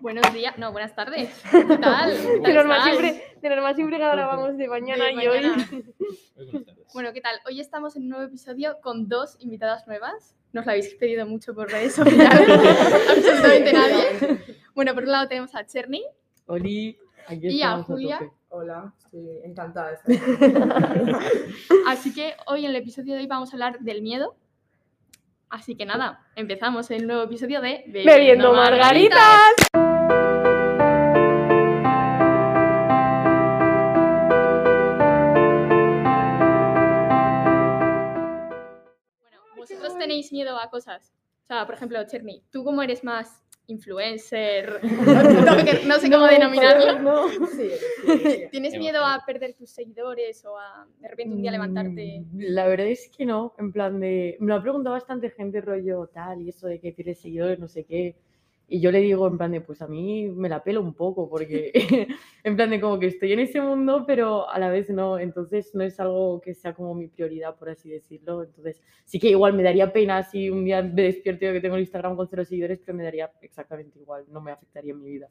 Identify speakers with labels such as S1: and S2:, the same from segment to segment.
S1: Buenos días, no, buenas tardes. ¿Qué tal? ¿Qué
S2: De
S1: tal
S2: normal,
S1: estáis?
S2: siempre, de normal siempre grabábamos de
S1: De
S2: mañana y hoy.
S1: mañana.
S3: Muy buenas tardes.
S1: Bueno, ¿qué tal? Hoy estamos en un nuevo episodio con dos invitadas nuevas. Nos la habéis pedido mucho por redes sociales. Absolutamente nadie. Bueno, por un lado tenemos a Cherny
S4: Oli, aquí
S1: Y a
S4: estamos
S1: Julia.
S4: tope.
S5: Hola, estoy encantada de estar aquí.
S1: Así que hoy en el episodio de hoy vamos a hablar del miedo. Así que nada, empezamos el nuevo episodio de
S2: Bebiendo margaritas.
S1: Bueno, vosotros tenéis miedo a cosas. O sea, por ejemplo, Cherny, tú como eres más influencer, no sé cómo denominarlo,
S2: No.
S5: Sí, sí, sí.
S1: ¿tienes
S3: Hemos
S1: miedo
S3: caído.
S1: a perder tus seguidores o a de repente un día levantarte?
S4: Mm, La verdad es que no, en plan de. Me lo ha preguntado bastante gente, rollo tal, y eso de que tienes seguidores, no sé qué. Y yo le digo, en plan de, pues a mí me la pelo un poco, porque. en plan de, como que estoy en ese mundo, pero a la vez no. Entonces, no es algo que sea como mi prioridad, por así decirlo. Entonces, sí que igual me daría pena si un día me despierto y veo que tengo el Instagram con cero seguidores, pero me daría exactamente igual, no me afectaría en mi vida.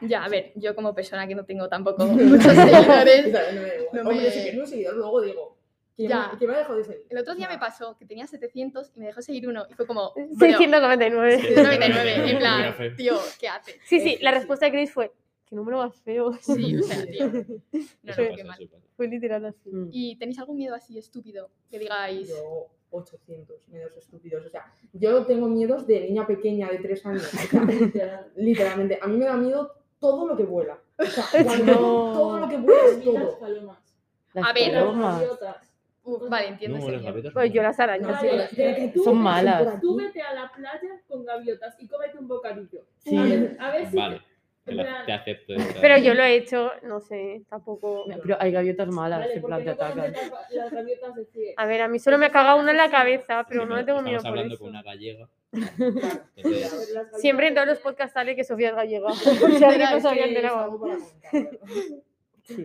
S1: Ya, a ver, yo como persona que no tengo tampoco muchos seguidores.
S5: Esa, no me da igual.
S1: No
S5: Hombre,
S1: me-
S5: si quiero un seguidor, luego digo. ¿Quién,
S1: Ya.
S5: me, quién me ha dejado de seguir?
S1: El otro día
S5: O sea,
S1: me pasó que tenía 700 y me dejó seguir uno y fue como... bro,
S2: 699.
S1: 99, en
S3: Mira,
S1: plan,
S3: Fer.
S1: tío, ¿qué haces?
S2: Sí, sí, la respuesta de Chris fue, qué número más feo.
S1: Sí, o sea, tío. No, no,
S3: Eso
S1: qué
S3: pasa,
S1: mal.
S3: eso pasa.
S2: Fue literal así.
S4: Mm.
S1: ¿Y tenéis algún miedo así estúpido que digáis?
S5: Yo, 800 miedos estúpidos. O sea, yo tengo miedos de niña pequeña de 3 años. O sea, literal- literalmente. A mí me da miedo todo lo que vuela. O sea, cuando
S4: No.
S5: todo lo que vuela es
S6: Las
S5: todo.
S6: palomas.
S4: Las
S1: A ver,
S6: Las
S4: palomas.
S6: gaviotas.
S1: Uf, vale, entiendo
S3: No,
S1: ese
S3: las
S1: miedo.
S3: gavetas
S2: Pues
S3: no.
S2: yo las
S5: No,
S2: arañas.
S5: de- de que tú
S4: Son
S5: ves
S4: malas.
S5: por aquí,
S6: Tú vete a la playa con gaviotas y cómete un bocadillo.
S4: Sí.
S6: A ver, a ver si.
S3: Vale, te,
S6: en
S3: la-
S6: plan-
S3: te acepto. esta-
S2: Pero yo lo he hecho, no sé, tampoco.
S4: Pero hay gaviotas malas,
S6: Vale,
S4: en
S6: porque
S4: plan te
S6: no comen
S4: atacan.
S6: las ga- las gaviotas de pie.
S2: A ver, a mí solo me ha cagado una en la cabeza, pero
S3: Sí,
S2: no le tengo miedo
S3: Estamos
S2: por
S3: hablando
S2: eso.
S3: con una gallega.
S6: Las
S3: Entonces,
S6: gaviotas
S2: Siempre en todos
S6: de
S2: los
S6: pie.
S2: podcasts sale que Sofía es gallega. Si alguien no
S1: es
S2: se había
S5: que es
S2: enterado.
S5: algo para comentar, ¿verdad?
S4: Sí,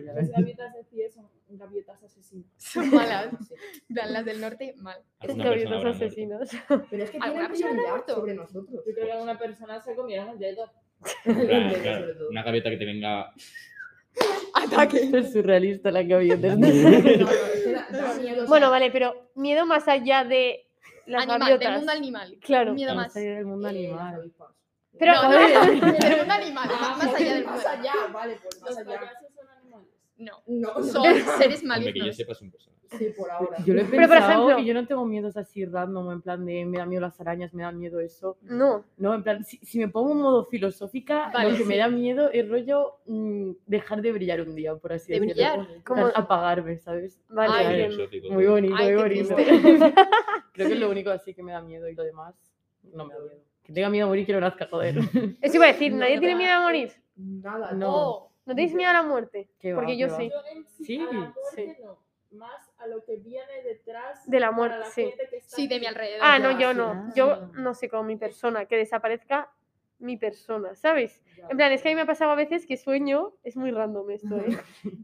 S4: la
S6: Las
S4: verdad.
S6: gaviotas de pie son gaviotas asesinas.
S1: Son malas.
S5: Sí.
S1: En plan, Las del norte, mal.
S2: Es
S3: alguna
S2: que
S3: persona
S2: los
S3: habrá muerto.
S2: asesinos.
S5: Pero es que
S1: ¿Alguna
S5: tienen
S1: persona habrá
S5: prioridad
S1: muerto?
S5: sobre nosotros.
S6: Yo creo que alguna persona se comiera el dedo.
S3: En plan,
S5: Sobre
S3: claro,
S5: todo.
S3: Una gaviota que te venga.
S1: Ataque.
S4: Esto es surrealista la gaviota.
S5: No, no, es que da- da miedo, o
S2: Bueno,
S5: sea,
S2: vale, pero miedo más allá de las
S1: Animal, del
S2: gaviotas.
S1: mundo animal.
S2: Claro.
S1: Miedo
S3: Ah,
S1: más.
S4: Salir del mundo
S5: eh, las
S4: animal.
S5: avispas.
S2: Pero
S1: No,
S2: a
S1: no,
S2: ver,
S1: Del mundo animal,
S5: Ah,
S1: más allá del mundo
S5: más
S1: animal.
S5: allá, vale, pues más
S6: Los
S5: allá.
S6: payasos son animales.
S1: No,
S5: No, no.
S1: son seres
S3: Hombre, que yo
S1: malignos.
S3: sepa, es un personaje.
S5: Sí, por ahora.
S4: Yo lo he
S2: Pero, por
S4: pensado
S2: ejemplo-
S4: y yo no tengo miedos así random, en plan de me da miedo las arañas, me da miedo eso.
S2: no.
S4: No, en plan, si, si me pongo en modo filosófica,
S1: Vale,
S4: lo que
S1: sí.
S4: me da miedo es rollo mm, dejar de brillar un día, por así
S1: De
S4: decirlo.
S1: brillar.
S4: En
S2: Como...
S4: plan, Apagarme, ¿sabes?
S2: Vale,
S1: Ay,
S4: vale.
S3: Filosófico,
S4: Muy bonito,
S1: Ay,
S4: muy
S1: qué
S4: bonito.
S1: triste.
S4: Creo que es lo único así que me da miedo y lo demás no me da miedo. Que tenga miedo a morir, quiero nazca, joder.
S2: Eso iba a decir,
S5: No,
S2: nadie
S5: no
S2: tiene
S5: te
S2: miedo a morir.
S5: Nada,
S4: No.
S1: Oh,
S2: ¿No tenéis miedo a la muerte?
S4: Qué va,
S2: Porque yo
S4: qué va.
S2: sí.
S6: Yo en sí,
S4: Sí,
S6: a la
S2: sí.
S6: muerte no. Más a lo que viene detrás
S2: De la
S6: para
S2: muerte, sí.
S6: gente que está
S1: sí, de
S6: aquí.
S1: mi alrededor.
S2: Ah,
S5: Ya,
S2: no, yo
S5: sí.
S2: no. Yo no sé cómo mi persona, que desaparezca mi persona, ¿sabes?
S5: Ya.
S2: En plan, es que a mí me ha pasado a veces que sueño, es muy random esto, ¿eh?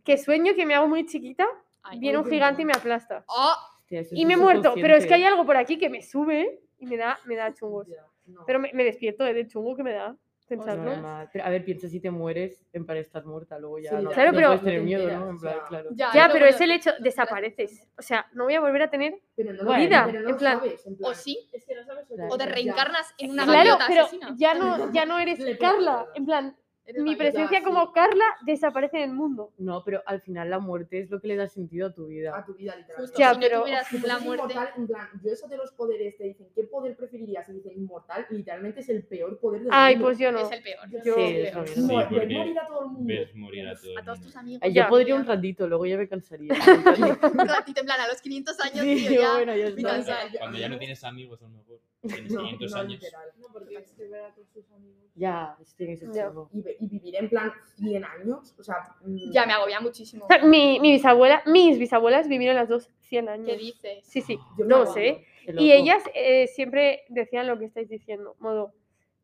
S2: que sueño que me hago muy chiquita,
S1: Ay.
S2: viene un
S5: oye.
S2: gigante y me aplasta.
S1: Oh,
S4: Hostia, eso es
S2: Y me he muerto, pero es que
S4: subconsciente.
S2: hay algo por aquí que me sube y me da, me da chungos.
S5: Ya, no.
S2: Pero me, me despierto eh, del chungo que me da pensarlo.
S1: Ostras.
S4: Normal. Pero, a ver, piensa si te mueres, en plan estás muerta, luego ya
S5: Sí,
S4: no,
S2: Claro,
S4: no
S2: pero-
S4: puedes tener
S5: no te
S4: miedo,
S5: enteras,
S4: ¿no? En
S5: o
S4: plan,
S5: sea,
S4: claro.
S1: ya,
S2: Ya,
S1: lo
S2: pero
S1: bueno-
S2: es el hecho, desapareces. O sea, no voy a volver a tener.
S5: Pero no lo
S4: Bueno.
S5: sabes,
S2: vida,
S5: pero no
S2: en
S5: lo
S2: plan-
S5: sabes, en plan,
S1: O sí,
S6: Es que no sabes lo que
S4: Claro.
S1: o te
S5: Ya.
S1: reencarnas en una
S2: Claro,
S1: gaviota
S2: pero
S1: asesina.
S2: ya no, ya no eres
S5: Le pego
S2: Carla.
S5: la-
S2: En plan,
S1: Eres
S2: mi
S1: mayor.
S2: presencia
S5: sí.
S2: como Carla desaparece del mundo.
S4: No, pero al final la muerte es lo que le da sentido a tu vida.
S5: a tu vida, literalmente.
S1: Justo,
S2: Ya,
S1: si no
S2: pero-
S1: tuvieras
S5: Si tú
S1: la
S5: eres
S1: muerte.
S5: inmortal, en plan, yo eso de los poderes te dicen, ¿qué poder preferirías? Y dicen inmortal, y literalmente es el peor poder del
S2: Ay,
S5: mundo.
S2: pues yo no.
S1: Es el peor.
S2: yo-
S4: Sí,
S2: Sí,
S4: es
S2: pero-
S4: horrible.
S3: Sí,
S5: Mor- ver
S3: porque
S5: morir a todo el mundo.
S3: Ves morir a todo.
S1: A
S3: el
S1: todos
S3: mundo.
S1: tus amigos.
S4: Ay,
S2: Ya.
S4: Yo podría un
S1: un
S4: ratito, luego ya me cansaría.
S1: ratito, en plan, a los 500 años,
S4: Sí,
S1: tío, ya.
S4: bueno,
S1: mi
S4: ya está.
S1: cansa-
S5: sea,
S3: Cuando-
S5: yo-
S3: Cuando ya no tienes amigos, a lo mejor. Tienes
S5: No,
S3: 500
S5: no,
S3: años.
S5: literal.
S6: No, porque es que ver a todos tus amigos.
S4: Ya, estoy en ese
S2: Ya.
S4: chungo.
S5: Y, ve- y vivir en plan 100 años, o sea... mm,
S1: Ya me agobia muchísimo.
S2: O sea, mi, mi bisabuela, mis bisabuelas vivieron las dos 100
S1: ¿Qué
S2: años.
S1: dices?
S2: Sí, sí.
S5: yo me
S2: dos,
S5: agobio.
S2: ¿eh?
S4: Qué loco.
S2: Y ellas eh, siempre decían lo que estáis diciendo, modo,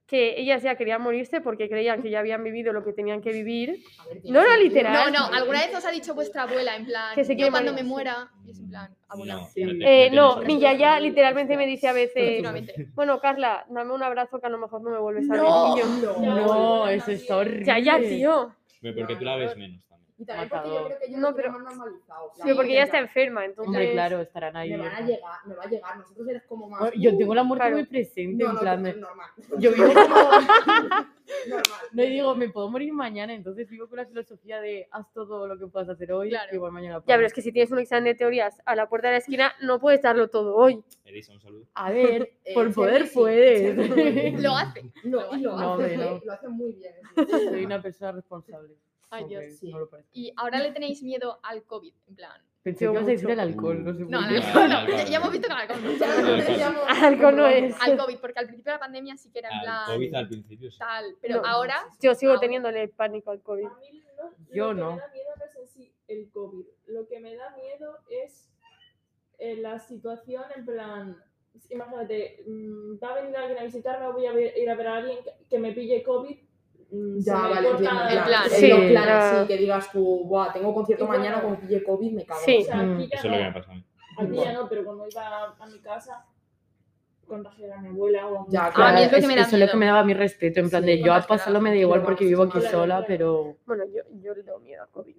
S2: que ellas ya querían morirse porque creían que ya habían vivido lo que tenían que vivir.
S5: A ver,
S2: No, no,
S5: tiene
S2: literal.
S1: No,
S5: sentido.
S1: no, alguna vez os ha dicho vuestra abuela, en plan,
S2: Que se
S1: yo
S2: quiere
S1: cuando me
S2: morir, sí.
S1: muera, y es en plan, abuela.
S3: No,
S4: Sí.
S3: no te-
S2: Eh,
S3: no
S2: no,
S3: tiene
S2: mi
S3: sentido.
S2: yaya literalmente me dice a veces,
S1: Continuamente.
S2: bueno, Carla, dame un abrazo que a lo mejor no me vuelves a ver,
S1: No.
S2: niño".
S4: No, eso está horrible.
S2: Yaya, tío.
S3: Pero Porque tú la ves menos también.
S5: Y también porque yo creo que yo
S2: No,
S5: no, lo
S2: pero-
S5: pero... más normalizado.
S2: Sí, porque
S5: ya
S2: ella está enferma, entonces...
S4: Hombre, claro, estarán ahí.
S5: Me van a
S4: ¿no?
S5: llegar, me va a llegar. Nosotros eres como más.
S4: Bueno, Yo tengo la muerte
S2: Claro.
S4: muy presente,
S5: No,
S4: en
S5: no,
S4: plan
S5: no,
S4: de-
S5: normal.
S4: Yo vivo como...
S5: Normal.
S4: No y digo, me puedo morir mañana, entonces vivo con la filosofía de haz todo lo que puedas hacer hoy,
S1: Claro.
S4: que igual mañana
S2: Ya,
S4: puedes.
S2: pero es que si tienes un examen de teorías a la puerta de la esquina, no puedes darlo todo hoy.
S3: Elisa, un saludo.
S4: A ver,
S5: Eh,
S4: por
S5: Cherry,
S4: poder
S5: sí,
S4: puedes.
S5: Cherry.
S1: Lo hace.
S5: No, y lo
S4: No,
S5: hacen,
S4: hombre, no.
S5: ¿eh? lo hacen muy bien.
S4: Soy una persona responsable.
S1: Ay,
S4: aunque
S1: Dios,
S5: sí.
S4: No lo parece.
S1: Y ahora le tenéis miedo al COVID, en plan.
S4: Pensé
S2: Yo
S4: que ibas a decir
S2: mucho.
S4: el alcohol, no sé
S1: No,
S4: por
S1: al
S4: qué.
S1: alcohol
S3: Al
S1: no.
S3: alcohol.
S1: Ya hemos visto que al alcohol no.
S2: Algo no es.
S1: Al COVID, porque al principio de la pandemia sí que era en
S3: Al
S1: plan
S3: COVID al principio, sí.
S1: tal, pero
S2: No.
S1: ahora
S2: Yo sigo
S1: Ahora.
S2: teniéndole pánico al COVID.
S6: A mí no-
S4: Yo
S6: lo que
S4: no.
S6: me da miedo no es en sí el COVID. Lo que me da miedo es eh, la situación en plan. Imagínate, mm, va a venir alguien a visitarme, voy a ver- ir a ver a alguien que, que me pille COVID. mm, se
S5: Ya,
S6: me
S5: vale,
S6: corta-
S5: entiendo.
S1: En plan,
S5: sí,
S2: sí, ya.
S5: sí, que digas tú, Buah, tengo concierto
S6: Igual.
S5: mañana, como pille COVID, me cago.
S2: Sí.
S6: O sea, aquí
S3: Eso
S6: ya
S3: es lo que
S6: no.
S3: me pasa a mí.
S6: Aquí ya no, pero cuando iba a, a mi casa, contagiar a mi abuela o a mi
S5: Ya,
S1: A mí es lo que
S4: Ah, es-
S1: me da
S4: eso es lo que
S1: miedo.
S4: me daba mi respeto, en plan
S5: Sí,
S4: de yo a
S1: contagiada.
S4: pasarlo me da igual
S5: Pero
S4: porque
S5: vamos,
S4: vivo aquí
S5: claro,
S4: sola,
S6: claro.
S4: pero
S2: Bueno, yo, yo le tengo miedo al COVID.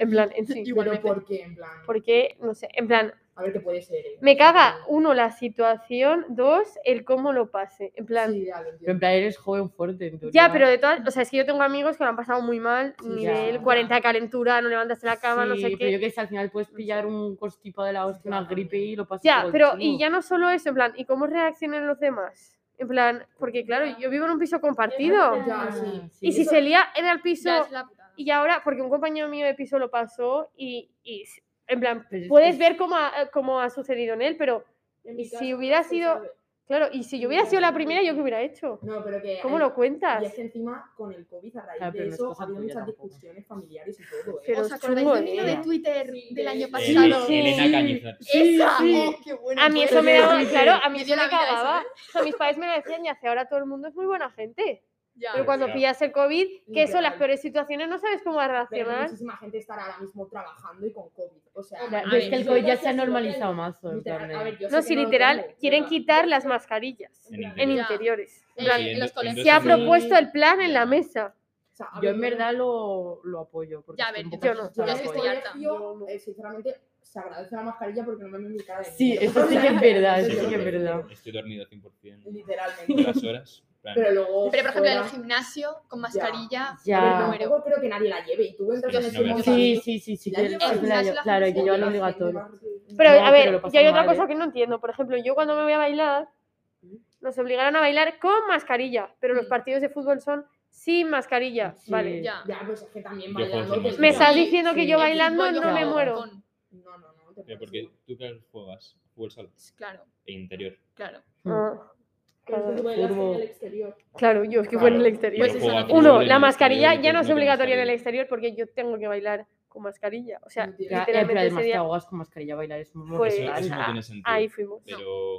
S2: en plan, en sí.
S5: Pero ¿por qué? En plan,
S2: Porque, no sé, en plan,
S5: a ver qué puede ser. ¿eh?
S2: me caga, uno, la situación, dos, el cómo lo pase. En plan,
S5: Sí, ya, lo entiendo.
S4: en plan eres joven fuerte. en teoría.
S2: ya, pero de todas, o sea, es que yo tengo amigos que lo han pasado muy mal,
S5: Sí,
S2: nivel
S4: ya.
S2: 40 de calentura, no levantas de la cama, no
S4: Sí,
S2: sé
S4: Pero
S2: qué.
S4: yo que sé, al final puedes pillar un constipado de la hostia, una
S5: Ya.
S4: gripe y lo pasas
S2: Ya,
S4: todo el
S2: pero, y
S4: chungo.
S2: ya no solo eso, en plan, ¿y cómo reaccionan los demás? En plan, porque claro, yo vivo en un piso compartido.
S5: Ya, sí.
S2: Y si
S5: eso-
S2: se lía en el piso,
S1: ya es la putada.
S2: Y ahora, porque un compañero mío de piso lo pasó y, y s- en plan,
S4: Pero es
S2: puedes
S4: que-
S2: ver cómo ha, eh, cómo ha sucedido en él, pero
S6: En mi
S2: Y si
S6: casa no
S2: hubiera
S6: se
S2: sido-
S6: sabe.
S2: claro, y si yo hubiera sido la primera, ¿yo qué hubiera hecho?
S5: No, pero que.
S2: ¿Cómo
S5: hay-
S2: lo cuentas?
S5: Y es que encima, con el COVID, a raíz
S4: Claro,
S5: de
S4: pero no es
S5: eso,
S4: cosa
S5: había
S4: tuya
S5: muchas
S4: tampoco.
S5: discusiones familiares y todo, ¿eh?
S2: Pero
S1: ¿Os
S2: es
S1: acordáis
S2: chungo,
S1: del vídeo de
S4: ¿eh?
S1: Twitter
S6: Sí,
S1: del
S6: de-
S1: año
S3: El-
S1: pasado?
S3: el- Elena
S4: Sí.
S3: Cañizar.
S1: ¡Esa!
S4: Sí.
S1: ¡Oh, qué buena!
S2: A mí
S1: fue!
S2: eso me daba, claro, a mí
S1: Me
S2: eso
S1: dio
S2: me
S1: la vida eso,
S2: cagaba.
S1: ¿eh?
S2: O sea, mis padres me lo decían y hacia ahora todo el mundo es muy buena gente.
S1: Ya.
S2: Pero cuando
S3: ya.
S2: pillas el COVID, que son las
S5: Literal.
S2: peores situaciones, no sabes cómo va a
S5: Pero
S2: reaccionar.
S5: muchísima gente estará ahora mismo trabajando y con COVID. O sea,
S4: Ya,
S1: A
S4: pero es
S1: ver,
S4: que el
S1: yo
S4: COVID
S6: creo
S4: ya
S6: que
S4: se ha
S6: es lo que
S4: normalizado
S6: hay.
S4: más. en plan de-
S2: No, si literal, quieren quitar las mascarillas
S3: En
S2: en
S3: interior.
S1: Ya.
S2: interiores. En
S1: En-
S2: plan,
S3: Sí,
S1: en los
S3: en- en
S1: colegios.
S2: Se ha
S3: Sí. pro-
S2: propuesto el plan en la mesa.
S4: Yo en verdad lo, lo apoyo. Porque
S1: Ya, a
S4: estoy
S1: ver,
S4: un
S1: yo
S4: poco
S2: no,
S5: Yo
S4: asustada
S1: Ya
S5: en el
S1: estoy
S4: por
S5: colegio,
S1: harta.
S2: Yo no.
S5: eh, sinceramente, se agradece la mascarilla porque no me ven mi cara. de
S4: Sí,
S5: miedo.
S4: eso sí que es verdad,
S3: eso sí que es
S4: verdad.
S3: Estoy dormido 100%
S5: Literalmente.
S3: las horas. en plan,
S5: Pero luego.
S1: Pero, por ejemplo, en el
S5: fuera-
S1: gimnasio, con mascarilla,
S4: Ya.
S5: Pero
S1: me muero.
S5: tampoco creo que nadie la lleve. Y tú entras
S3: Sí,
S5: en
S3: sí,
S5: ese
S3: no,
S5: modo
S3: verdad.
S4: Sí, sí,
S5: así,
S4: sí, sí.
S5: la
S4: que-
S5: llevas
S1: en
S4: claro,
S1: clase, la
S4: claro, hay que
S1: gente
S4: llevarlo
S5: la gente
S4: obligatorio.
S5: va-
S2: Pero
S4: No,
S2: a
S4: pero
S2: ver,
S4: lo pasan
S2: ya hay otra
S4: mal,
S2: cosa
S4: ¿eh?
S2: que no entiendo. Por ejemplo, yo cuando me voy a bailar, nos obligaron a bailar con mascarilla, pero los
S1: Mm.
S2: partidos de fútbol son sin mascarilla.
S4: Sí.
S2: Vale.
S1: ya.
S5: Ya, pues es que también
S3: Yo juego
S5: bailando.
S3: sin
S5: pues,
S3: mascarilla.
S2: Me estás
S1: Sí,
S2: diciendo que
S5: sí.
S2: yo
S5: El
S2: bailando
S1: fútbol yo
S2: no me
S1: jugaba
S2: muero.
S1: con-
S5: No, no, no. te
S3: Pero
S5: puedes
S3: porque
S5: ir.
S3: tú que juegas fútbol sala
S1: Claro,
S3: e interior.
S1: claro.
S2: Ah,
S6: Pero tú
S2: claro.
S6: bailas en
S4: Furbo.
S6: el exterior.
S2: Claro, yo es que
S3: Claro,
S2: fue en el
S3: yo
S2: exterior.
S1: Pues eso,
S3: juego a
S1: no.
S3: fútbol
S2: Uno,
S3: en
S2: la
S3: el
S2: mascarilla
S3: exterior,
S2: ya no es
S3: tengo
S2: obligatoria en el
S3: mascarilla.
S2: exterior porque yo tengo que bailar con mascarilla. O sea,
S5: No tiene-
S4: Ya, eh,
S2: literalmente
S4: pero
S2: ese
S4: además te
S2: día-
S4: ahogas con mascarilla bailar es muy
S2: Pues,
S3: Eso, eso no
S2: ah,
S3: tiene sentido.
S2: ahí fuimos.
S3: Pero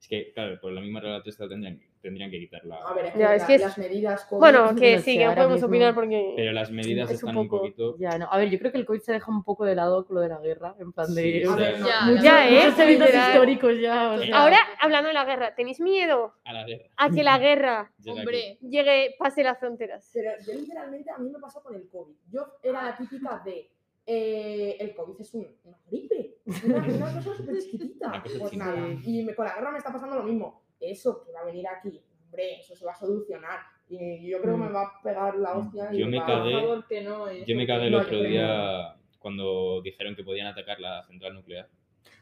S3: es que, claro, por la misma regla de esta tendrían, tendrían que quitarla.
S5: A ver, es que,
S2: Ya, es
S5: la-
S2: que es-
S5: las medidas. COVID,
S2: Bueno, que
S4: no
S2: sí,
S4: sé,
S2: que
S4: ahora
S2: podemos
S4: mismo-
S2: opinar porque...
S3: Pero las medidas
S2: Es un
S3: están
S2: poco-
S3: un poquito.
S4: Ya, no. A ver, yo creo que el COVID se deja un poco de lado con lo de la guerra, en plan de...
S3: Sí,
S4: o
S5: a
S4: sea,
S5: ver, no,
S1: Ya,
S5: mucho-
S2: ya, ¿eh?
S4: Muchos eventos
S2: Literal.
S4: históricos ya, o
S3: Eh,
S4: sea,
S2: Ahora, hablando de la guerra, ¿tenéis miedo
S3: A la guerra.
S2: a que la guerra
S3: llega aquí.
S1: Hombre,
S2: llegue, pase las fronteras?
S5: Pero yo literalmente a mí me pasó con el COVID. Yo era la típica de eh, el COVID es un, una gripe, una, una cosa súper chiquitita.
S3: Una cosa
S5: Pues
S3: chiquita.
S5: nada, y me- con la guerra me está pasando lo mismo. Eso que va a venir aquí, hombre, eso se va a solucionar. Y yo creo
S2: Mm.
S5: que me va a pegar la hostia. y
S3: Yo me
S5: va-
S6: Por
S3: cagué.
S6: favor, que no. eh.
S3: Yo me cagué el
S5: No,
S3: otro
S5: yo-
S3: día cuando dijeron que podían atacar la central nuclear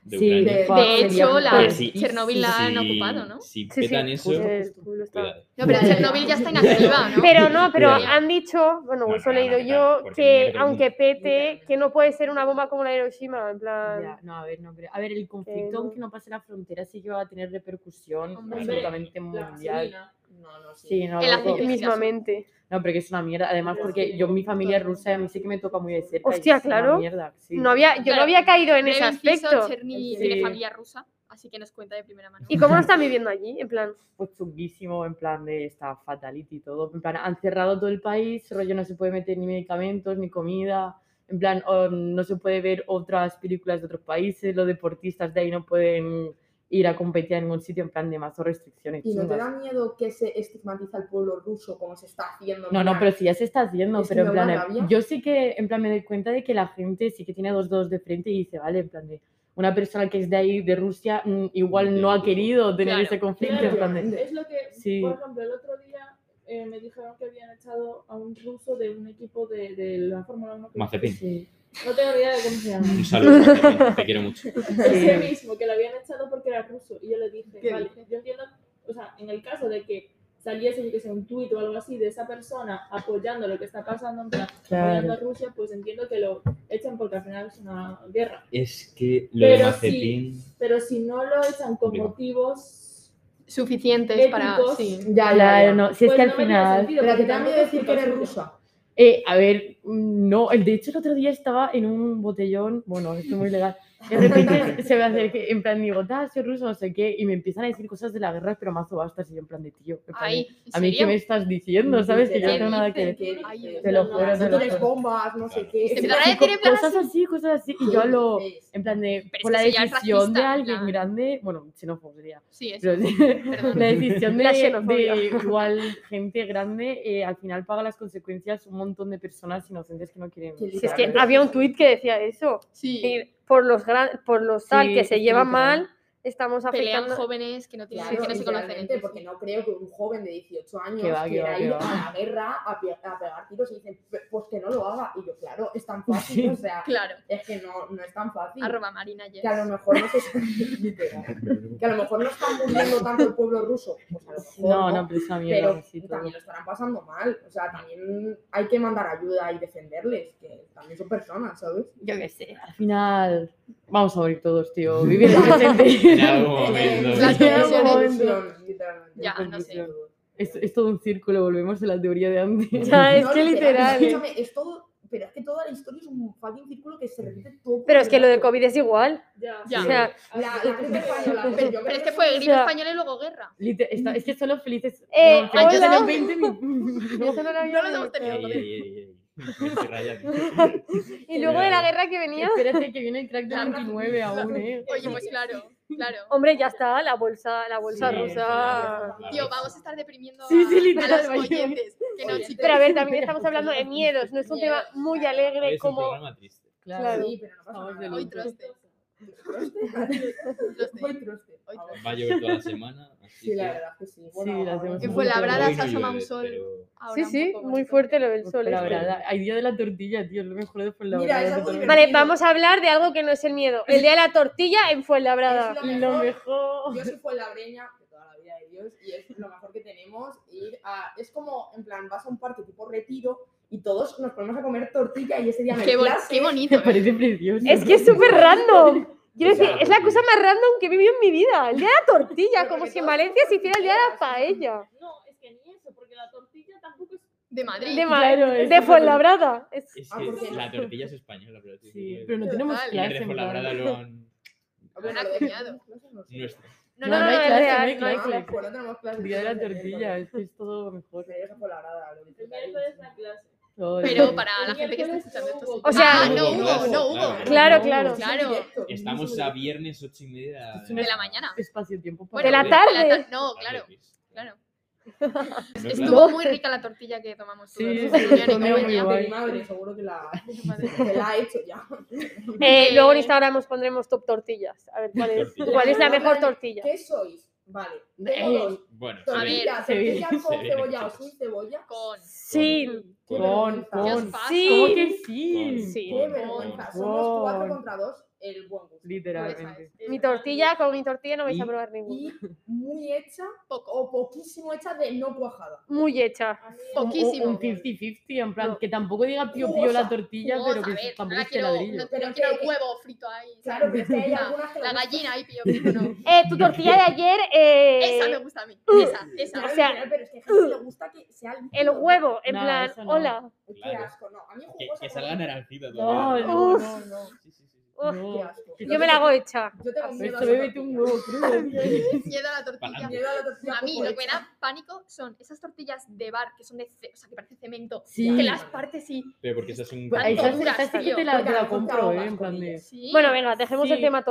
S3: de
S4: sí,
S3: Ucrania.
S5: de-
S4: fuck,
S1: de
S4: sería
S1: hecho, la
S3: Que
S4: brutal.
S3: si-
S1: Chernobyl la han ocupado, ¿no?
S3: Si
S2: Sí, sí,
S3: petan eso,
S4: justo.
S2: El culo está-
S3: cuidado.
S1: No, pero
S5: Ya, ya.
S1: Chernobyl ya está inactiva, ¿no?
S2: Pero no, pero
S3: Cuidado.
S2: han dicho, bueno,
S3: No,
S2: eso he
S3: no,
S2: leído
S3: no, claro,
S2: yo,
S3: porque
S2: que
S3: mierda,
S2: aunque pete,
S5: Literalmente.
S2: que no puede ser una bomba como la de Hiroshima, en plan...
S4: Ya, no, a ver, no creo. A ver, el conflicto,
S2: no.
S4: aunque no pase la frontera, sí que va a tener repercusión
S1: Hombre.
S4: absolutamente
S6: La
S4: mundial.
S6: gasolina.
S5: No, no, sí.
S4: Sí, no,
S1: El
S4: no,
S1: aceite de-
S4: no,
S2: mismamente.
S4: no, pero que es una mierda. Además,
S6: Pero
S4: porque
S6: sí,
S4: yo, mi familia es
S6: todo.
S4: rusa, y a mí sí que me toca muy de cerca. y
S2: Hostia,
S4: es una
S2: claro.
S4: mierda, sí.
S2: No había, yo
S1: Claro,
S2: no había caído en ese
S1: Breve inciso,
S2: aspecto.
S1: Cherny
S4: Sí.
S1: tiene familia rusa. así que nos cuenta de primera mano.
S2: ¿Y cómo lo están viviendo allí? En plan,
S4: pues chunguísimo, en plan de está fatality y todo. En plan, han cerrado todo el país, rollo no se puede meter ni medicamentos, ni comida. En plan, o no se puede ver otras películas de otros países, los deportistas de ahí no pueden ir a competir a ningún sitio, en plan de más restricciones.
S5: ¿Y no te
S4: chungas.
S5: da miedo que se estigmatiza al pueblo ruso como se está haciendo? en
S4: No, no,
S5: Irán?
S4: pero si ya se está haciendo,
S5: Es que
S4: pero en
S5: me da
S4: plan,
S5: una rabia.
S4: yo sí que, en plan, me doy cuenta de que la gente sí que tiene dos dedos de frente y dice, vale, en plan, de una persona que es de ahí, de Rusia, mm, igual no ha querido tener
S1: Claro.
S4: ese conflicto, en plan, de,
S5: Efectivamente.
S6: Es lo que,
S4: Sí.
S6: por ejemplo, el otro día eh, me dijeron que habían echado a un ruso de un equipo de, de la Fórmula 1. que-
S3: Mazepin.
S4: sí,
S6: No tengo ni idea de cómo se llama.
S3: Un saludo, Mazepin, te quiero mucho.
S6: Ese mismo, que lo habían echado porque era ruso. Y yo le dije,
S5: ¿Qué
S6: vale, yo entiendo, o sea, en el caso de que saliese, yo que sé, un tuit o algo así de esa persona apoyando lo que está pasando, en plan, apoyando a
S4: claro.
S6: Rusia, pues entiendo que lo echan porque al final es una guerra.
S3: Es que lo de
S6: Pero
S3: Mazepin.
S6: Pero si no lo echan con
S3: Complicado.
S6: motivos
S1: Suficientes para...
S6: Éticos.
S1: Sí.
S5: Ya, ya,
S4: Claro,
S5: ya.
S4: no, si es
S6: pues
S4: que al
S6: no me tiene
S4: final...
S6: sentido,
S5: Pero que
S6: porque
S5: te da miedo
S6: tampoco es
S5: decir que
S6: culpa
S5: eres
S6: suya.
S5: rusa.
S4: Eh, a ver, mm, no, el de hecho el otro día estaba en un botellón, bueno, esto es muy legal. De repente se me acerca, en plan, digo, ah, soy ruso, no sé qué, y me empiezan a decir cosas de la guerra, pero mazo bastas, y yo en plan de tío. en plan de,
S1: Ay, ¿en
S4: a mí, ¿qué
S1: serio?
S4: me estás diciendo? ¿Sabes? Que yo no
S1: Literal.
S4: tengo nada que ver.
S5: Que-
S1: Ay,
S5: que-
S1: te
S4: lo
S5: no,
S4: juro,
S5: no,
S4: te
S5: tú
S4: lo
S5: tienes
S4: juro.
S5: bombas, no sé
S3: Claro.
S1: Se
S5: qué. Sí,
S1: empezaron a decir en plan
S4: cosas
S1: así.
S4: así, cosas así, y yo lo,
S5: sí, sí.
S4: en plan de,
S1: Pero es
S4: por
S1: que
S4: la
S1: eso ya es
S4: decisión de
S1: racista,
S4: alguien
S1: claro.
S4: grande, bueno, xenófobo sería,
S1: Sí, eso.
S4: pero sí,
S1: Perdón.
S4: la decisión de,
S2: La xenofobia.
S4: de igual gente grande, eh, al final paga las consecuencias un montón de personas inocentes que no quieren.
S5: Sí,
S2: si es que
S5: Literalmente.
S2: había un tuit que decía eso.
S1: Sí,
S2: decir, por los gran, por los tal
S4: Sí,
S2: que se
S4: sí,
S2: llevan
S4: literal.
S2: mal, estamos
S1: pelean
S2: afectando.
S1: jóvenes que no, tienen,
S5: Claro,
S1: que no se conocen.
S5: literalmente, porque no creo que un joven de 18 años
S4: Que va, que
S5: quiera
S4: va, que
S5: ir
S4: va.
S5: a la guerra a, pe- a pegar tiros y dicen, "P- pues que no lo haga. Y yo, claro, es tan fácil, o sea,
S1: Claro,
S5: es que no, no es tan fácil.
S1: arroba Marina Yes.
S5: Que a lo mejor no se literal, que a lo mejor no están muriendo tanto el pueblo ruso. Pues a lo mejor
S4: No, no, pero esa mierda.
S5: pero
S4: sí, todo.
S5: también lo estarán pasando mal. O sea, también hay que mandar ayuda y defenderles, que también son personas, ¿sabes?
S4: Yo qué sé, al final vamos a morir todos, tío. Vivir el presente.
S3: En algún momento.
S5: Eh,
S1: Las
S5: sí,
S1: condiciones.
S5: es una ilusión, literalmente.
S1: Ya, no sé.
S4: Conclusión. es, es todo un círculo, volvemos a la teoría de antes.
S2: Ya, es
S5: No,
S2: que literal. ¿eh?
S5: Escúchame, es todo, pero es que toda la historia es un fucking círculo que se repite todo.
S2: Pero es que lo del COVID es igual.
S6: Ya.
S1: Ya.
S2: O sea,
S5: La, la gripe española.
S1: Pero,
S5: yo creo
S1: pero es
S5: que
S1: que fue
S5: eso-
S1: gripe
S2: sea-
S1: española y luego guerra.
S4: Lite- está- es que son los felices.
S2: Eh,
S4: no, pero yo
S2: hola.
S4: tengo 20 ni-
S2: yo solo lo había
S1: No los hemos
S2: leído.
S1: tenido.
S3: Ey,
S1: joder.
S3: ey, ey, ey. Vente, Ryan.
S2: Y luego de la guerra que venía,
S4: Espérate que viene el crack de
S1: La-
S4: 29 aún, eh.
S1: Oye, pues claro, claro.
S2: hombre, ya está, la bolsa, la bolsa
S3: Sí,
S2: rusa.
S3: la
S1: Tío,
S3: bolsa.
S1: vamos a estar deprimiendo
S4: Sí,
S1: a,
S4: sí, literal,
S1: a los
S4: vaya.
S1: oyentes. Que no, chicos.
S2: Pero a ver, también estamos hablando de miedos, no es un tema
S1: Miedos,
S2: muy
S1: claro.
S3: Hoy
S2: alegre
S3: es un
S2: como
S3: programa triste.
S2: claro.
S5: Sí, pero no pasa
S4: Estamos de
S5: nada.
S1: Hoy
S4: luto.
S1: troste.
S5: Hoy troste.
S1: Hoy troste.
S3: Va a llover toda la semana. Así
S5: Sí, la
S3: que
S5: verdad que sí.
S4: Sí, la hacemos
S1: En
S4: un
S1: Fuenlabrada
S3: hoy
S1: se
S3: no
S1: asoma un
S3: llueve,
S1: sol.
S3: pero-
S1: ahora
S2: Sí,
S1: un
S2: sí,
S1: poco
S2: muy
S1: más
S2: fuerte lo del sol.
S4: Por Pues, la
S2: ¿eh?
S3: Fuenlabrada.
S4: verdad, hay día de la tortilla, tío, lo mejor de por la
S5: Mira,
S4: verdad.
S5: esa es
S2: Vale, vamos a hablar de algo que no es el miedo, el día de la tortilla en Fuenlabrada.
S5: Es
S4: Lo mejor.
S5: Yo sí fue la breña de toda la vida de Dios y es lo mejor que tenemos. Ir a, es como, en plan, vas a un parque tipo retiro y todos nos ponemos a comer tortilla y ese día me
S1: Qué, bon- qué bonito.
S4: Me parece precioso.
S2: Es que es súper random. Quiero
S3: O sea,
S2: decir, es la cosa más random que he vivido en mi vida. El día de la tortilla,
S5: Pero
S2: como
S5: porque
S2: si en
S5: todos
S2: Valencia se
S5: son
S2: hiciera el día de la
S5: tortilleras.
S2: paella.
S6: No, es que ni eso, porque la tortilla tampoco es
S1: De Madrid.
S2: De, Ma-
S4: Claro, es
S2: de
S4: súper-
S2: Fuenlabrada. Es-
S3: Es
S5: Ah,
S3: que
S5: porque-
S3: la tortilla es española, pero sí.
S4: Sí,
S3: que-
S4: pero no
S3: Y
S4: tenemos
S1: Total.
S3: el
S4: clase.
S3: de
S4: en plan.
S3: Fuenlabrada lo han-
S1: han acuñado.
S3: Nuestro.
S1: No,
S4: No,
S1: no,
S4: no
S1: no,
S4: hay
S1: es
S4: clase,
S1: real.
S4: no hay clase.
S5: pues no tenemos clases.
S4: Día de la tortilla, es que es todo mejor.
S5: Me deja por la brada, lo
S6: el
S5: disfrutaré.
S6: miércoles la clase.
S4: Todo.
S1: Pero para la gente que está escuchando esto. sí.
S2: O sea-
S1: Ah, no hubo, no hubo.
S2: Claro, claro.
S1: Claro.
S5: Directo.
S3: Estamos a viernes ocho y media
S4: Es una-
S1: De la mañana.
S4: Espacio-tiempo para
S1: Bueno,
S2: la
S1: de
S2: tarde.
S1: ta- No, claro, claro.
S3: pues, No,
S1: Estuvo muy rica la tortilla que tomamos todos.
S4: Sí,
S1: los
S4: sí,
S1: reuniones, ¿no?
S4: estuvo muy
S1: Mañana.
S5: De
S4: guay.
S5: mi madre, seguro que la,
S1: Madre.
S5: que la ha hecho ya.
S2: Eh, luego en
S1: Eh,
S2: Instagram os pondremos top tortillas. A ver cuál es,
S3: Tortillas.
S2: cuál es la mejor
S5: Vale.
S2: tortilla.
S5: ¿Qué sois? Vale. Tengo
S4: Eh,
S5: dos.
S3: Bueno,
S1: A ver,
S5: Tortilla,
S4: se ve-
S5: tortilla con
S3: se ve.
S5: cebolla o sin cebolla.
S1: Con.
S2: Sin.
S5: Qué
S4: Con,
S5: vergüenza.
S4: con.
S1: Dios,
S2: Sí.
S4: ¿Cómo que sí?
S2: Sí.
S5: Qué vergüenza. Somos cuatro contra dos, el buen gusto.
S4: Literalmente.
S1: Pues,
S2: Mi tortilla, con mi tortilla no vais a
S3: Y-
S2: probar ninguna.
S5: Y muy hecha
S1: Poco.
S5: o poquísimo hecha de no cuajada.
S2: Muy hecha.
S6: A mí-
S4: Un-
S1: Poquísimo. pues.
S4: Un, un 50-50, en plan,
S2: No.
S4: que tampoco diga pío pío
S5: Jugosa,
S4: la tortilla,
S1: Jugosa,
S4: pero
S1: a
S4: que
S1: ver, no
S4: tampoco
S1: la
S4: es que
S1: quiero, no,
S4: ladrillo.
S1: no quiero el huevo frito ahí.
S5: Claro, pero es que hay
S1: La-
S5: algunas que
S1: La
S5: les
S1: gallina ahí, pillo frito, no.
S2: Eh, tu tortilla de ayer, eh,
S1: Esa me gusta a mí. Esa,
S5: gusta.
S1: esa.
S2: o sea,
S5: Claro, pero es que a gente le gusta que sea líquido.
S2: el huevo, en
S4: No,
S2: plan,
S4: eso no.
S2: hola.
S5: Qué
S3: Claro.
S5: asco, no. A mí
S3: Que,
S5: jugosa.
S3: que
S5: no.
S3: salga naranjita
S4: No,
S3: todavía.
S4: no,
S2: Uf.
S4: no, no.
S3: Sí, sí, sí.
S2: Uf,
S4: No.
S5: Qué asco.
S2: oh, yo me la hago hecha.
S5: Yo tengo
S4: Pero
S5: miedo a
S4: esto
S5: esa
S4: bébete un
S5: tortilla.
S4: huevo crudo.
S1: Miedo a la tortilla.
S3: Pa'lante.
S5: Miedo a la tortilla
S1: A mí
S5: poco
S1: lo que me
S5: hecha.
S1: da pánico son esas tortillas de bar que son de, ce- o sea, que parece cemento,
S4: Sí.
S1: que las partes y
S3: Pero porque esas son.
S1: Vale,
S4: Ahí
S1: esas-
S4: esa,
S1: Duras,
S4: esa sí que
S1: tío.
S4: te la, te la
S5: Venga,
S4: compro,
S5: con
S4: ¿eh? En plan de...
S5: ellas.
S1: sí.
S2: Bueno, venga, dejemos el
S4: Sí.
S2: tema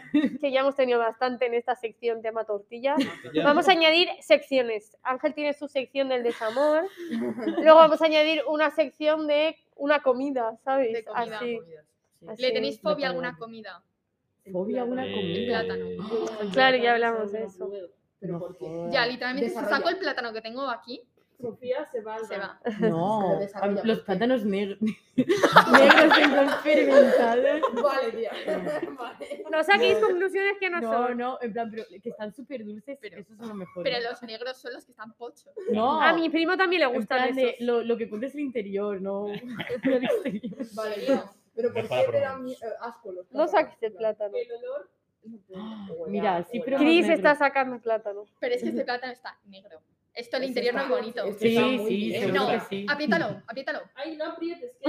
S2: tortilla, que ya hemos tenido bastante en esta sección tema tortilla.
S3: Ya.
S2: Vamos a añadir secciones. Ángel tiene su sección del desamor. Luego vamos a añadir una sección de una comida, ¿sabes?
S1: De comida.
S2: Así. así.
S1: ¿Le tenéis fobia a
S4: me
S1: alguna
S4: parece.
S1: comida?
S4: Fobia a una
S3: Eh,
S4: comida.
S2: Claro, ya hablamos de eso.
S5: Pero
S4: No
S5: ¿por qué?
S4: jodas.
S1: Ya, literalmente, si
S5: Desarrolla.
S1: saco el plátano que tengo aquí,
S6: Sofía se va al
S1: se
S6: baño.
S1: va.
S4: No,
S5: Pero desarrolla,
S4: los
S5: porque-
S4: plátanos negros. negros que son fermentados.
S5: Vale, tía. Vale.
S2: No saquéis conclusiones que no,
S4: No,
S2: son.
S4: no, en plan, pero que están súper dulces,
S1: Pero-
S4: esos son los mejores.
S1: pero los negros son los que están pochos.
S4: No,
S2: A mi primo también le
S4: en
S2: gustan
S4: plan de
S2: esos.
S4: lo, lo que cuenta es el interior, no el exterior.
S5: Vale, tía. Pero ¿por
S3: Es para
S5: qué te
S3: probar.
S5: dan mie- eh, asco los
S2: No
S5: plátanos?
S2: saques el plátano.
S6: El olor
S5: Huele a-
S4: Mira, sí,
S5: huele a-
S4: pero-
S2: Cris
S4: negro.
S2: está sacando plátano.
S1: Pero es que este plátano está negro. Esto el
S5: Ese
S1: interior no es
S5: está-
S1: bonito.
S5: ese está
S4: Sí,
S5: muy
S4: sí,
S5: bien.
S4: seguro
S1: No.
S4: que sí.
S1: Apriétalo, apriétalo.
S6: Ay, no aprietes. que-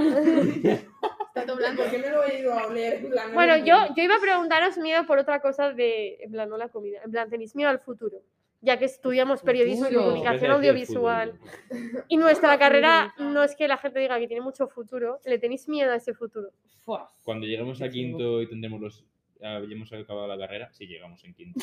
S1: Está todo blanco.
S5: ¿Por qué me lo he ido a oler? En plan, no
S2: Bueno,
S5: lo
S2: yo,
S5: entiendo.
S2: yo iba a preguntaros miedo por otra cosa de, en plan, no la comida, en plan, tenéis miedo al futuro, ya que estudiamos periodismo y
S4: Futuro.
S3: Pues
S2: comunicación
S3: Empecé a decir
S2: audiovisual
S3: fútbol.
S2: y nuestra carrera no es que la gente diga que tiene mucho futuro, le tenéis miedo a ese futuro.
S4: Fuas.
S3: Cuando lleguemos a
S4: Qué chungo.
S3: quinto y tendremos los. Hayamos acabado la carrera, si llegamos en quinto.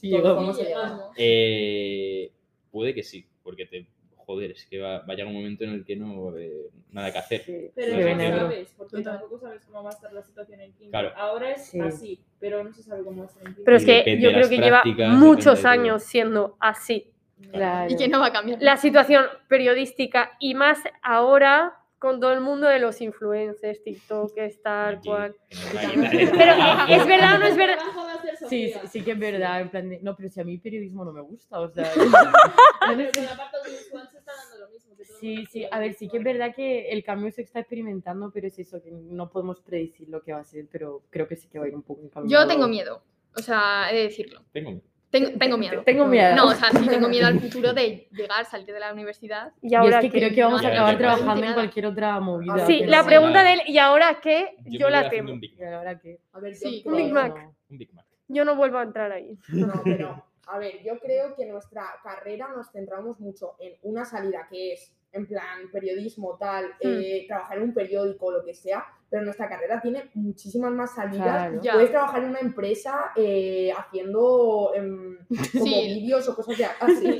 S4: Sí,
S5: Todos
S4: vamos.
S5: vamos a llegar.
S6: llegamos.
S3: Eh, puede que sí, porque te. Joder, es que va, va a llegar un momento en el que no va a haber nada que hacer.
S4: Sí,
S6: Pero
S4: se
S3: Sí,
S4: ve
S6: no
S4: negro.
S6: sabes, porque
S1: Total.
S6: tampoco sabes cómo va a estar la situación en quinto.
S3: Claro.
S6: Ahora es
S4: Sí.
S6: así, pero no se sabe cómo va a estar en quinto.
S2: Pero es
S3: Y
S2: que
S3: depende
S2: yo
S3: de
S2: creo
S3: las
S2: que lleva
S3: prácticas,
S2: muchos
S3: depende de todo.
S2: años siendo así.
S4: Claro.
S1: Y que no va a cambiar.
S2: La situación periodística y más ahora con todo el mundo de los influencers, TikTok, tal
S3: Aquí,
S2: cual.
S3: que nos vayan a-
S2: Pero es verdad o no es verdad.
S6: Trabajo va a ser
S4: Sí, sí,
S6: Sofía.
S4: sí que es verdad, en plan de- No, pero si a mí periodismo no me gusta, o sea...
S6: Ah, Pero con la parte audiovisual se está dando lo mismo. que todo el
S4: Sí,
S6: mundo
S4: sí,
S6: quiere
S4: a ver, sí que es
S6: audiovisual.
S4: verdad que el cambio se está experimentando, pero es eso, que no podemos predecir lo que va a ser, pero creo que sí que va a ir un poco
S1: Yo tengo miedo. O sea, he de decirlo.
S3: Tengo miedo.
S1: Tengo, tengo miedo.
S4: Tengo miedo.
S1: No, o sea, sí tengo miedo al futuro de llegar, salir de la universidad.
S2: Y
S4: Yo
S2: ahora
S4: es que
S2: qué?
S4: creo que vamos
S1: no,
S4: a
S3: ya,
S4: acabar
S3: ya,
S4: trabajando en
S1: nada.
S4: cualquier otra movida.
S2: Sí,
S4: pero
S2: la
S4: sí.
S2: pregunta de él, ¿y ahora qué?
S3: me
S2: Yo
S3: voy
S2: la
S3: haciendo
S2: temo.
S3: Un Big
S4: ¿Y
S3: Mac.
S4: ahora qué?
S5: A ver, yo
S1: Sí,
S5: creo-
S2: un Big Mac.
S3: Un Big Mac.
S2: Yo no vuelvo a entrar ahí.
S5: No, pero, a ver, yo creo que nuestra carrera nos centramos mucho en una salida que es, en plan, periodismo, tal,
S2: Hmm.
S5: eh, trabajar en un periódico, lo que sea, pero nuestra carrera tiene muchísimas más salidas.
S4: Claro.
S1: Ya.
S5: Puedes trabajar en una empresa eh, haciendo em, como
S1: Sí.
S5: vídeos o cosas de- así,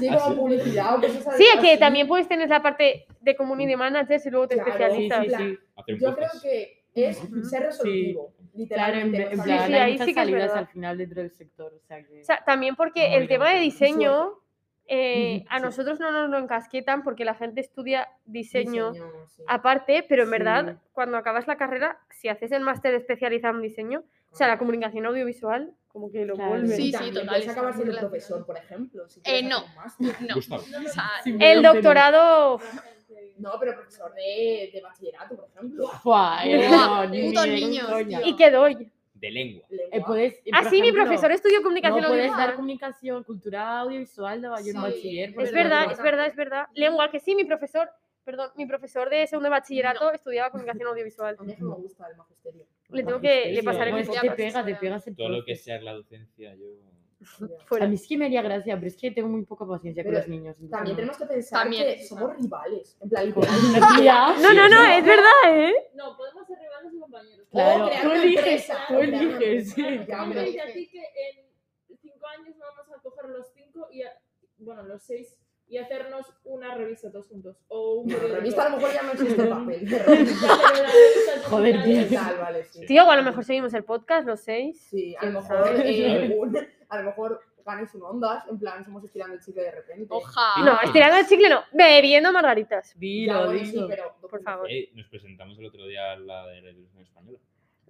S5: sí, como
S3: Así.
S5: publicidad o cosas
S2: Sí, es que
S5: así.
S2: también puedes tener la parte de community manager y luego te
S5: Claro,
S4: Sí,
S2: especializas.
S4: sí,
S5: plan,
S4: sí.
S3: Hacer un
S5: Yo creo
S3: podcast.
S5: que es ser resolutivo,
S4: Claro, en,
S5: literalmente.
S4: en plan,
S5: nuestra
S2: Sí, sí,
S5: carrera.
S2: ahí
S4: hay muchas
S2: sí que es
S4: salidas
S2: verdad.
S4: al final dentro del sector, o sea que...
S2: O sea, también porque el
S4: Community
S2: tema de
S4: manager.
S2: diseño eh, a
S5: Sí.
S2: nosotros no nos lo encasquetan porque la gente estudia diseño,
S5: Diseño, sí.
S2: aparte, pero en verdad,
S4: Sí.
S2: cuando acabas la carrera, si haces el máster especializado en diseño, o sea, la comunicación audiovisual, como que lo
S4: Claro.
S2: vuelve.
S1: Sí, sí,
S5: también
S1: total,
S5: Puedes
S1: está
S5: acabar
S1: muy
S5: siendo
S1: relacionado.
S5: profesor, por ejemplo. si
S1: Eh,
S5: quieres hacer
S1: no.
S5: un máster.
S1: No.
S3: Gustavo.
S1: O sea,
S4: Sí.
S2: El
S4: Pero-
S2: doctorado, uf,
S6: La gente-
S5: No, pero profesor de, de bachillerato, por ejemplo.
S4: Buah, eh,
S1: Buah,
S4: no, ni-
S1: putos
S4: ni de
S1: niños,
S4: coña.
S1: tío.
S2: ¿y qué doy?
S3: De lengua.
S5: Lengua.
S4: Eh, puedes, eh, por
S2: Ah, sí, mi
S4: ejemplo,
S2: profesor estudió comunicación
S4: No puedes dar
S2: audiovisual.
S4: comunicación, cultura audiovisual, de yo en
S1: Sí,
S4: bachiller. por
S2: Es
S4: ejemplo.
S2: verdad,
S5: Lengua
S2: es verdad, es verdad. Lengua, que sí, mi profesor, perdón, mi profesor de segundo de bachillerato estudiaba comunicación audiovisual.
S5: A mí eso me gusta el magisterio.
S2: Le tengo que le
S4: Magisterio,
S2: pasaré
S4: no,
S2: mis
S4: es que
S2: gafas.
S4: te pega, te pegas el
S3: Todo lo
S4: profe.
S3: que sea la docencia, yo.
S2: Fuera.
S4: A mí es que me haría gracia, pero es que tengo muy poca paciencia con
S5: Pero
S4: los niños. entonces
S5: También
S4: no.
S5: tenemos que pensar
S1: También,
S5: que
S1: sí,
S5: somos rivales. En plan, literal.
S4: Una tía.
S2: No, no, no,
S3: Sí,
S2: es verdad, ¿eh?
S6: No, podemos ser rivales y compañeros.
S4: Claro,
S5: O oh, crear
S4: tú
S5: una
S4: eliges,
S5: empresa,
S4: tú
S5: o crear una
S4: eliges.
S5: empresa.
S4: sí.
S5: Ya,
S6: Yo
S5: hombre.
S6: me dije a ti que en cinco años vamos a coger los cinco y, a- bueno, los seis y hacernos una revista todos juntos. O un
S5: No,
S6: periódico.
S5: revista a lo mejor ya no existe el papel. de
S6: Ya,
S5: revista.
S6: pero la revista es
S4: Joder,
S6: digital.
S4: tío.
S5: Tal, vale, sí.
S2: Tío, a lo mejor seguimos el podcast, los seis.
S5: Sí, a lo mejor, eh, un- a lo mejor ganes un ondas, en plan, somos estirando el chicle de repente.
S1: Oja.
S2: No, estirando el chicle no, bebiendo margaritas.
S5: Ya,
S4: Dilo,
S5: bueno, sí,
S4: dilo.
S5: pero
S2: Por favor.
S3: Eh, nos presentamos el otro día a la de la televisión española.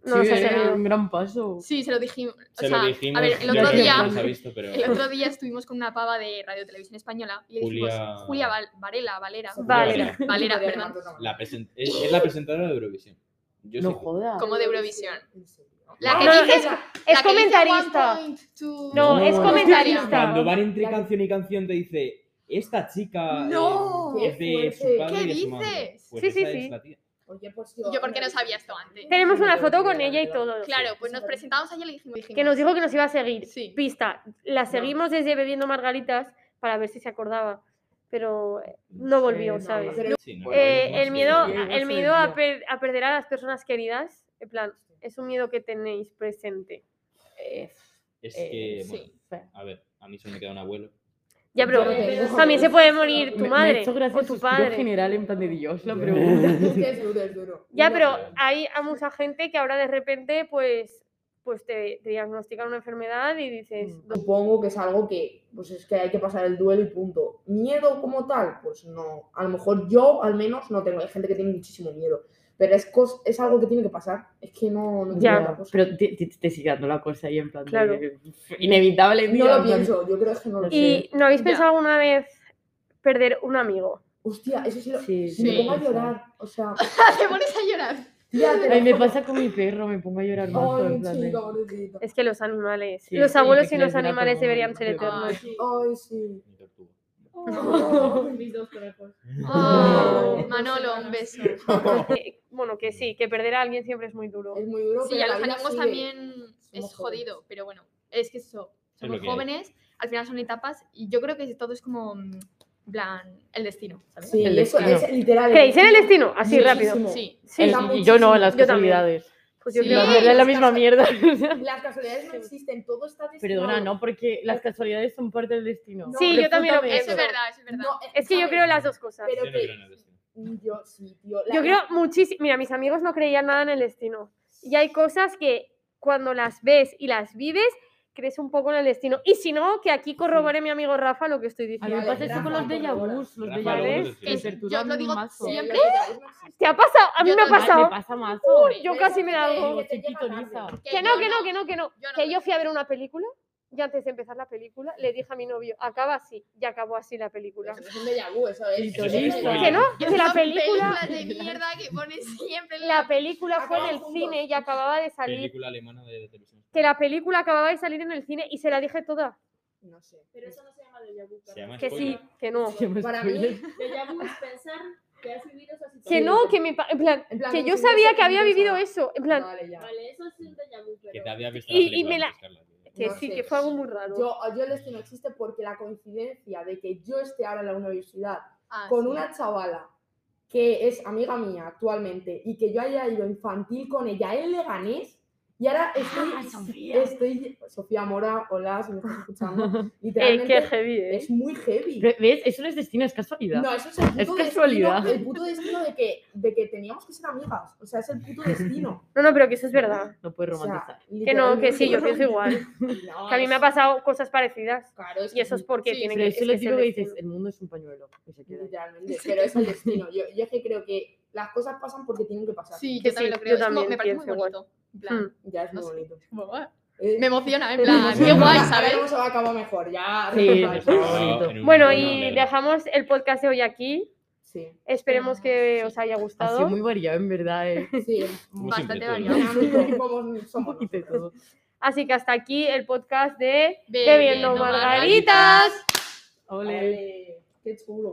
S2: No nos
S4: Sí,
S2: ha
S4: era
S2: servido.
S4: un gran paso.
S1: Sí, se lo dijimos. O
S3: Se
S1: sea,
S3: lo dijimos.
S1: a ver, el
S3: yo
S1: otro
S3: creo que
S1: día.
S3: no se ha visto, pero.
S1: El otro día estuvimos con una pava de Radio Televisión Española y le dijimos
S3: Julia-
S1: Julia Val- Varela, Valera,
S2: Valera.
S1: Valera,
S5: Podría
S1: perdón,
S5: llamarlo de otra manera.
S3: La presen- es, es la presentadora de Eurovisión. Yo
S4: No
S3: soy-
S4: jodas.
S1: como de Eurovisión.
S5: ¿En serio?
S1: La que
S2: No,
S1: dice
S2: es- Es
S1: la que dice
S2: comentarista.
S1: 1.2.
S2: No, es comentarista.
S3: Cuando van entre
S5: La que-
S3: canción y canción te dice, esta chica eh,
S1: No.
S3: es de
S5: Qué
S3: su padre
S1: ¿Qué
S3: y de su madre".
S1: dices?
S3: Pues
S2: Sí, sí,
S3: esa
S2: sí.
S3: es la tía.
S5: porque pues yo...
S1: Yo porque no sabía esto antes.
S2: Tenemos una foto con ella y todo.
S1: Claro, pues nos presentamos ayer y le dijimos, dijimos,
S2: Que nos dijo que nos iba a seguir.
S1: Sí.
S2: Pista, la seguimos desde bebiendo margaritas para ver si se acordaba, pero eh, no volvió,
S4: no,
S2: ¿sabes?
S5: pero-
S3: Sí, no,
S2: Eh,
S3: no, no, no,
S2: el
S3: sí,
S2: miedo,
S4: sí,
S2: el
S4: sí,
S2: miedo
S4: sí.
S2: a, per- a perder a las personas queridas, en plan, es un miedo que tenéis presente.
S3: Es
S4: eh,
S3: que,
S4: sí.
S3: bueno, a ver, a mí solo me queda un abuelo.
S2: Ya, pero
S5: Yo no tengo.
S2: también se puede morir
S4: Me-
S2: tu
S4: me ha
S2: madre
S4: hecho gracia
S2: o
S4: el
S2: tu
S4: suspiro
S2: padre.
S4: general en plan de Dios, la pregunta.
S5: Es que es duro, es duro.
S2: Ya,
S5: Duro.
S2: pero hay a mucha gente que ahora de repente, pues, pues te, te diagnostican una enfermedad y dices,
S4: Mm.
S5: Supongo que es algo que, pues es que hay que pasar el duelo y punto. Miedo como tal, pues no. A lo mejor yo, al menos, no tengo. Hay gente que tiene muchísimo miedo. Pero es, cos- es algo que tiene que pasar. Es que no... no
S2: Ya,
S5: tiene otra cosa.
S4: Pero te, te- te sigue dando la cosa ahí en plan de-
S2: Claro.
S4: inevitable. tío,
S5: No
S4: en
S5: lo
S4: plan-
S5: pienso. Yo creo que no lo
S4: Sí.
S5: sé.
S2: ¿y no habéis
S1: Ya.
S2: pensado alguna vez perder un amigo?
S5: Hostia, eso sí lo...
S4: Sí,
S5: Sí, me
S1: sí,
S5: pongo a
S4: pasa.
S5: llorar. O sea...
S1: "Ah, te pones a llorar.
S5: tía, te lo
S4: Ay, me
S5: juro.
S4: pasa con mi perro, me pongo a llorar más.
S5: Ay,
S4: en plan de-
S5: chico, pobrecito.
S2: Es que los animales,
S4: Sí,
S2: los
S4: sí,
S2: abuelos y
S4: que
S2: los
S4: crecen a todo
S2: animales deberían
S4: momento,
S2: ser
S4: yo creo.
S1: Ay.
S2: eternos.
S6: Sí.
S5: Ay, sí.
S3: Mi tortuga.
S6: Oh, mis dos conejos.
S1: Ah,
S5: Oh.
S1: Manolo, un beso.
S2: Que- Eh, bueno, que sí, que perder a alguien siempre es muy duro.
S5: Es muy duro.
S1: Sí,
S5: pero
S1: a los
S5: la vida
S1: ánimos
S5: sigue.
S1: también es
S5: Somos
S1: jodido,
S5: jóvenes.
S1: pero bueno, es que eso,
S3: lo
S1: somos
S3: que hay.
S1: jóvenes, al final son etapas y yo creo que todo es como, mm, en plan, el destino, ¿sabes?
S5: Sí,
S4: El
S5: eso
S4: destino.
S5: es literal. ¿eh?
S2: ¿Creéis en el destino? Así rápido.
S5: Muchísimo.
S1: Sí.
S2: Sí,
S5: Está
S4: El- yo no, en las
S2: Yo también.
S4: casualidades.
S2: pues yo
S1: Sí.
S2: creo
S4: La
S2: que-
S4: verdad es la
S5: las
S4: misma
S5: casual-
S4: mierda.
S5: Las casualidades no existen, todo está destinado.
S4: Perdona, no, porque las casualidades son parte del destino.
S5: No,
S2: Sí, yo también lo
S5: refútame
S1: Eso
S2: pienso.
S1: es verdad, eso es verdad.
S5: No,
S2: Es que yo
S5: escúchame,
S2: creo las dos cosas.
S5: Pero
S3: Yo no creo en el
S5: que.
S3: destino.
S5: eh, Yo sí, tío. la-
S2: Yo creo muchísimo. Mira, mis amigos no creían nada en el destino. Y hay cosas que cuando las ves y las vives, crees un poco en el destino. Y si no, que aquí corrobore mi amigo Rafa lo que estoy
S4: A mí
S2: diciendo.
S4: me pasa eso con los de Yabus. Los de
S3: Rafa, luego
S4: Yabus
S3: nos
S1: Que
S4: me
S1: es-
S3: decimos.
S1: yo os
S4: perturban
S1: lo digo
S4: un mazo.
S5: Sí,
S4: Ay,
S1: siempre.
S5: la-
S2: ¿Te ha pasado? A mí
S1: Yo
S2: me ha
S1: también.
S4: Me
S2: pasado.
S4: pasa mazo.
S2: Yo casi me la hago.
S4: Digo, chiquito, Lisa.
S2: Que no, que no, que no, que no.
S1: yo no
S2: Que
S1: creo.
S2: yo fui a ver una película y antes de empezar la película le dije a mi novio, acaba así. Y acabó así la película.
S5: Es un déjà vu, eso es. Eso
S3: Eso es
S5: es
S3: spoiler.
S2: Que no,
S1: Que
S2: que la
S1: son
S2: película,
S1: películas de mierda que ponen siempre en
S2: la película fue en
S5: Acaban
S2: el
S5: juntos.
S2: cine y acababa de salir.
S3: Película alemana de televisión.
S2: Que la película acababa de salir en el cine y se la dije toda.
S5: No sé.
S6: Pero eso no se llama déjà vu.
S3: Se llama
S2: Que sí, que no.
S4: Que me
S5: Para
S4: spoiler.
S5: mí,
S6: Déjà vu es pensar que has vivido esa
S2: Que
S6: situación.
S2: no, que me pa- en plan,
S5: en plan,
S2: que
S5: como
S2: yo
S5: si hubiese
S2: sabía que había
S5: tenido
S2: vivido
S5: esa-
S2: eso, en plan,
S5: Vale, ya.
S6: Vale, eso es un déjà vu,
S3: Que
S6: pero...
S3: te había visto
S2: Y- y
S3: la película
S2: me la-
S3: antes, Carla.
S2: que
S5: no
S2: sí,
S5: sé.
S2: que fue algo muy raro. Eh,
S5: Yo, yo el destino existe porque la coincidencia de que yo esté ahora en la universidad
S1: Ah,
S5: con
S1: sí.
S5: una chavala que es amiga mía actualmente y que yo haya ido infantil con ella en Leganés y ahora estoy... Sofía. Estoy, Sofía Mora, hola, si me estás escuchando.
S2: Eh,
S5: Literalmente
S2: qué heavy, eh.
S5: es muy heavy.
S4: Pero, ¿Ves? Eso no es destino, es casualidad.
S5: No, eso es el puto
S4: Es
S5: destino,
S4: casualidad.
S5: el puto destino de que, de que teníamos que ser amigas. O sea, es el puto destino.
S2: No, no, pero que eso es verdad.
S4: No puedes
S5: O sea,
S4: romantizar.
S2: Que no, que sí, yo
S5: literalmente.
S2: pienso igual.
S5: No,
S2: Que a mí me ha
S5: es-
S2: pasado cosas parecidas.
S5: claro, es
S2: Y eso es porque
S1: Sí,
S2: tiene
S4: Pero
S2: que
S4: eso es lo
S2: es que es
S4: típico
S2: el
S4: que dices,
S2: destino.
S4: el mundo es un pañuelo. que se queda ahí.
S5: Literalmente, pero es el destino. Yo, yo es que creo que las cosas pasan porque tienen que pasar.
S1: Sí,
S2: que
S1: yo también
S2: sí,
S1: lo creo.
S2: yo
S1: es como-
S2: también
S1: me parece muy
S2: pienso igual.
S1: bonito. En plan,
S5: Ya es muy
S1: No sé.
S5: bonito.
S1: como, ah,
S5: Eh,
S1: Me emociona, en
S2: Pero me
S1: plan, qué
S2: emociona.
S1: guay,
S5: A ver
S1: ¿sabes?
S5: cómo se va a acabar mejor. Ya.
S4: Sí,
S3: Ah,
S4: bonito.
S3: en un
S2: Mm. Bueno,
S3: mundo
S2: y
S3: negro.
S2: dejamos el podcast de hoy aquí.
S5: Sí.
S2: Esperemos que os haya
S4: Ha sido
S2: gustado.
S4: muy variado, en verdad. eh.
S5: Sí.
S3: Como
S1: Bastante
S3: siempre, todo, ¿no?
S1: variado.
S5: Dinámico como
S4: Un
S5: somos
S4: poquito de
S5: nosotros.
S4: todo.
S2: Así que hasta aquí el podcast de
S1: Bebiendo
S2: Bebiendo Margaritas.
S1: margaritas.
S4: Ole.
S5: Ole, Qué chulo.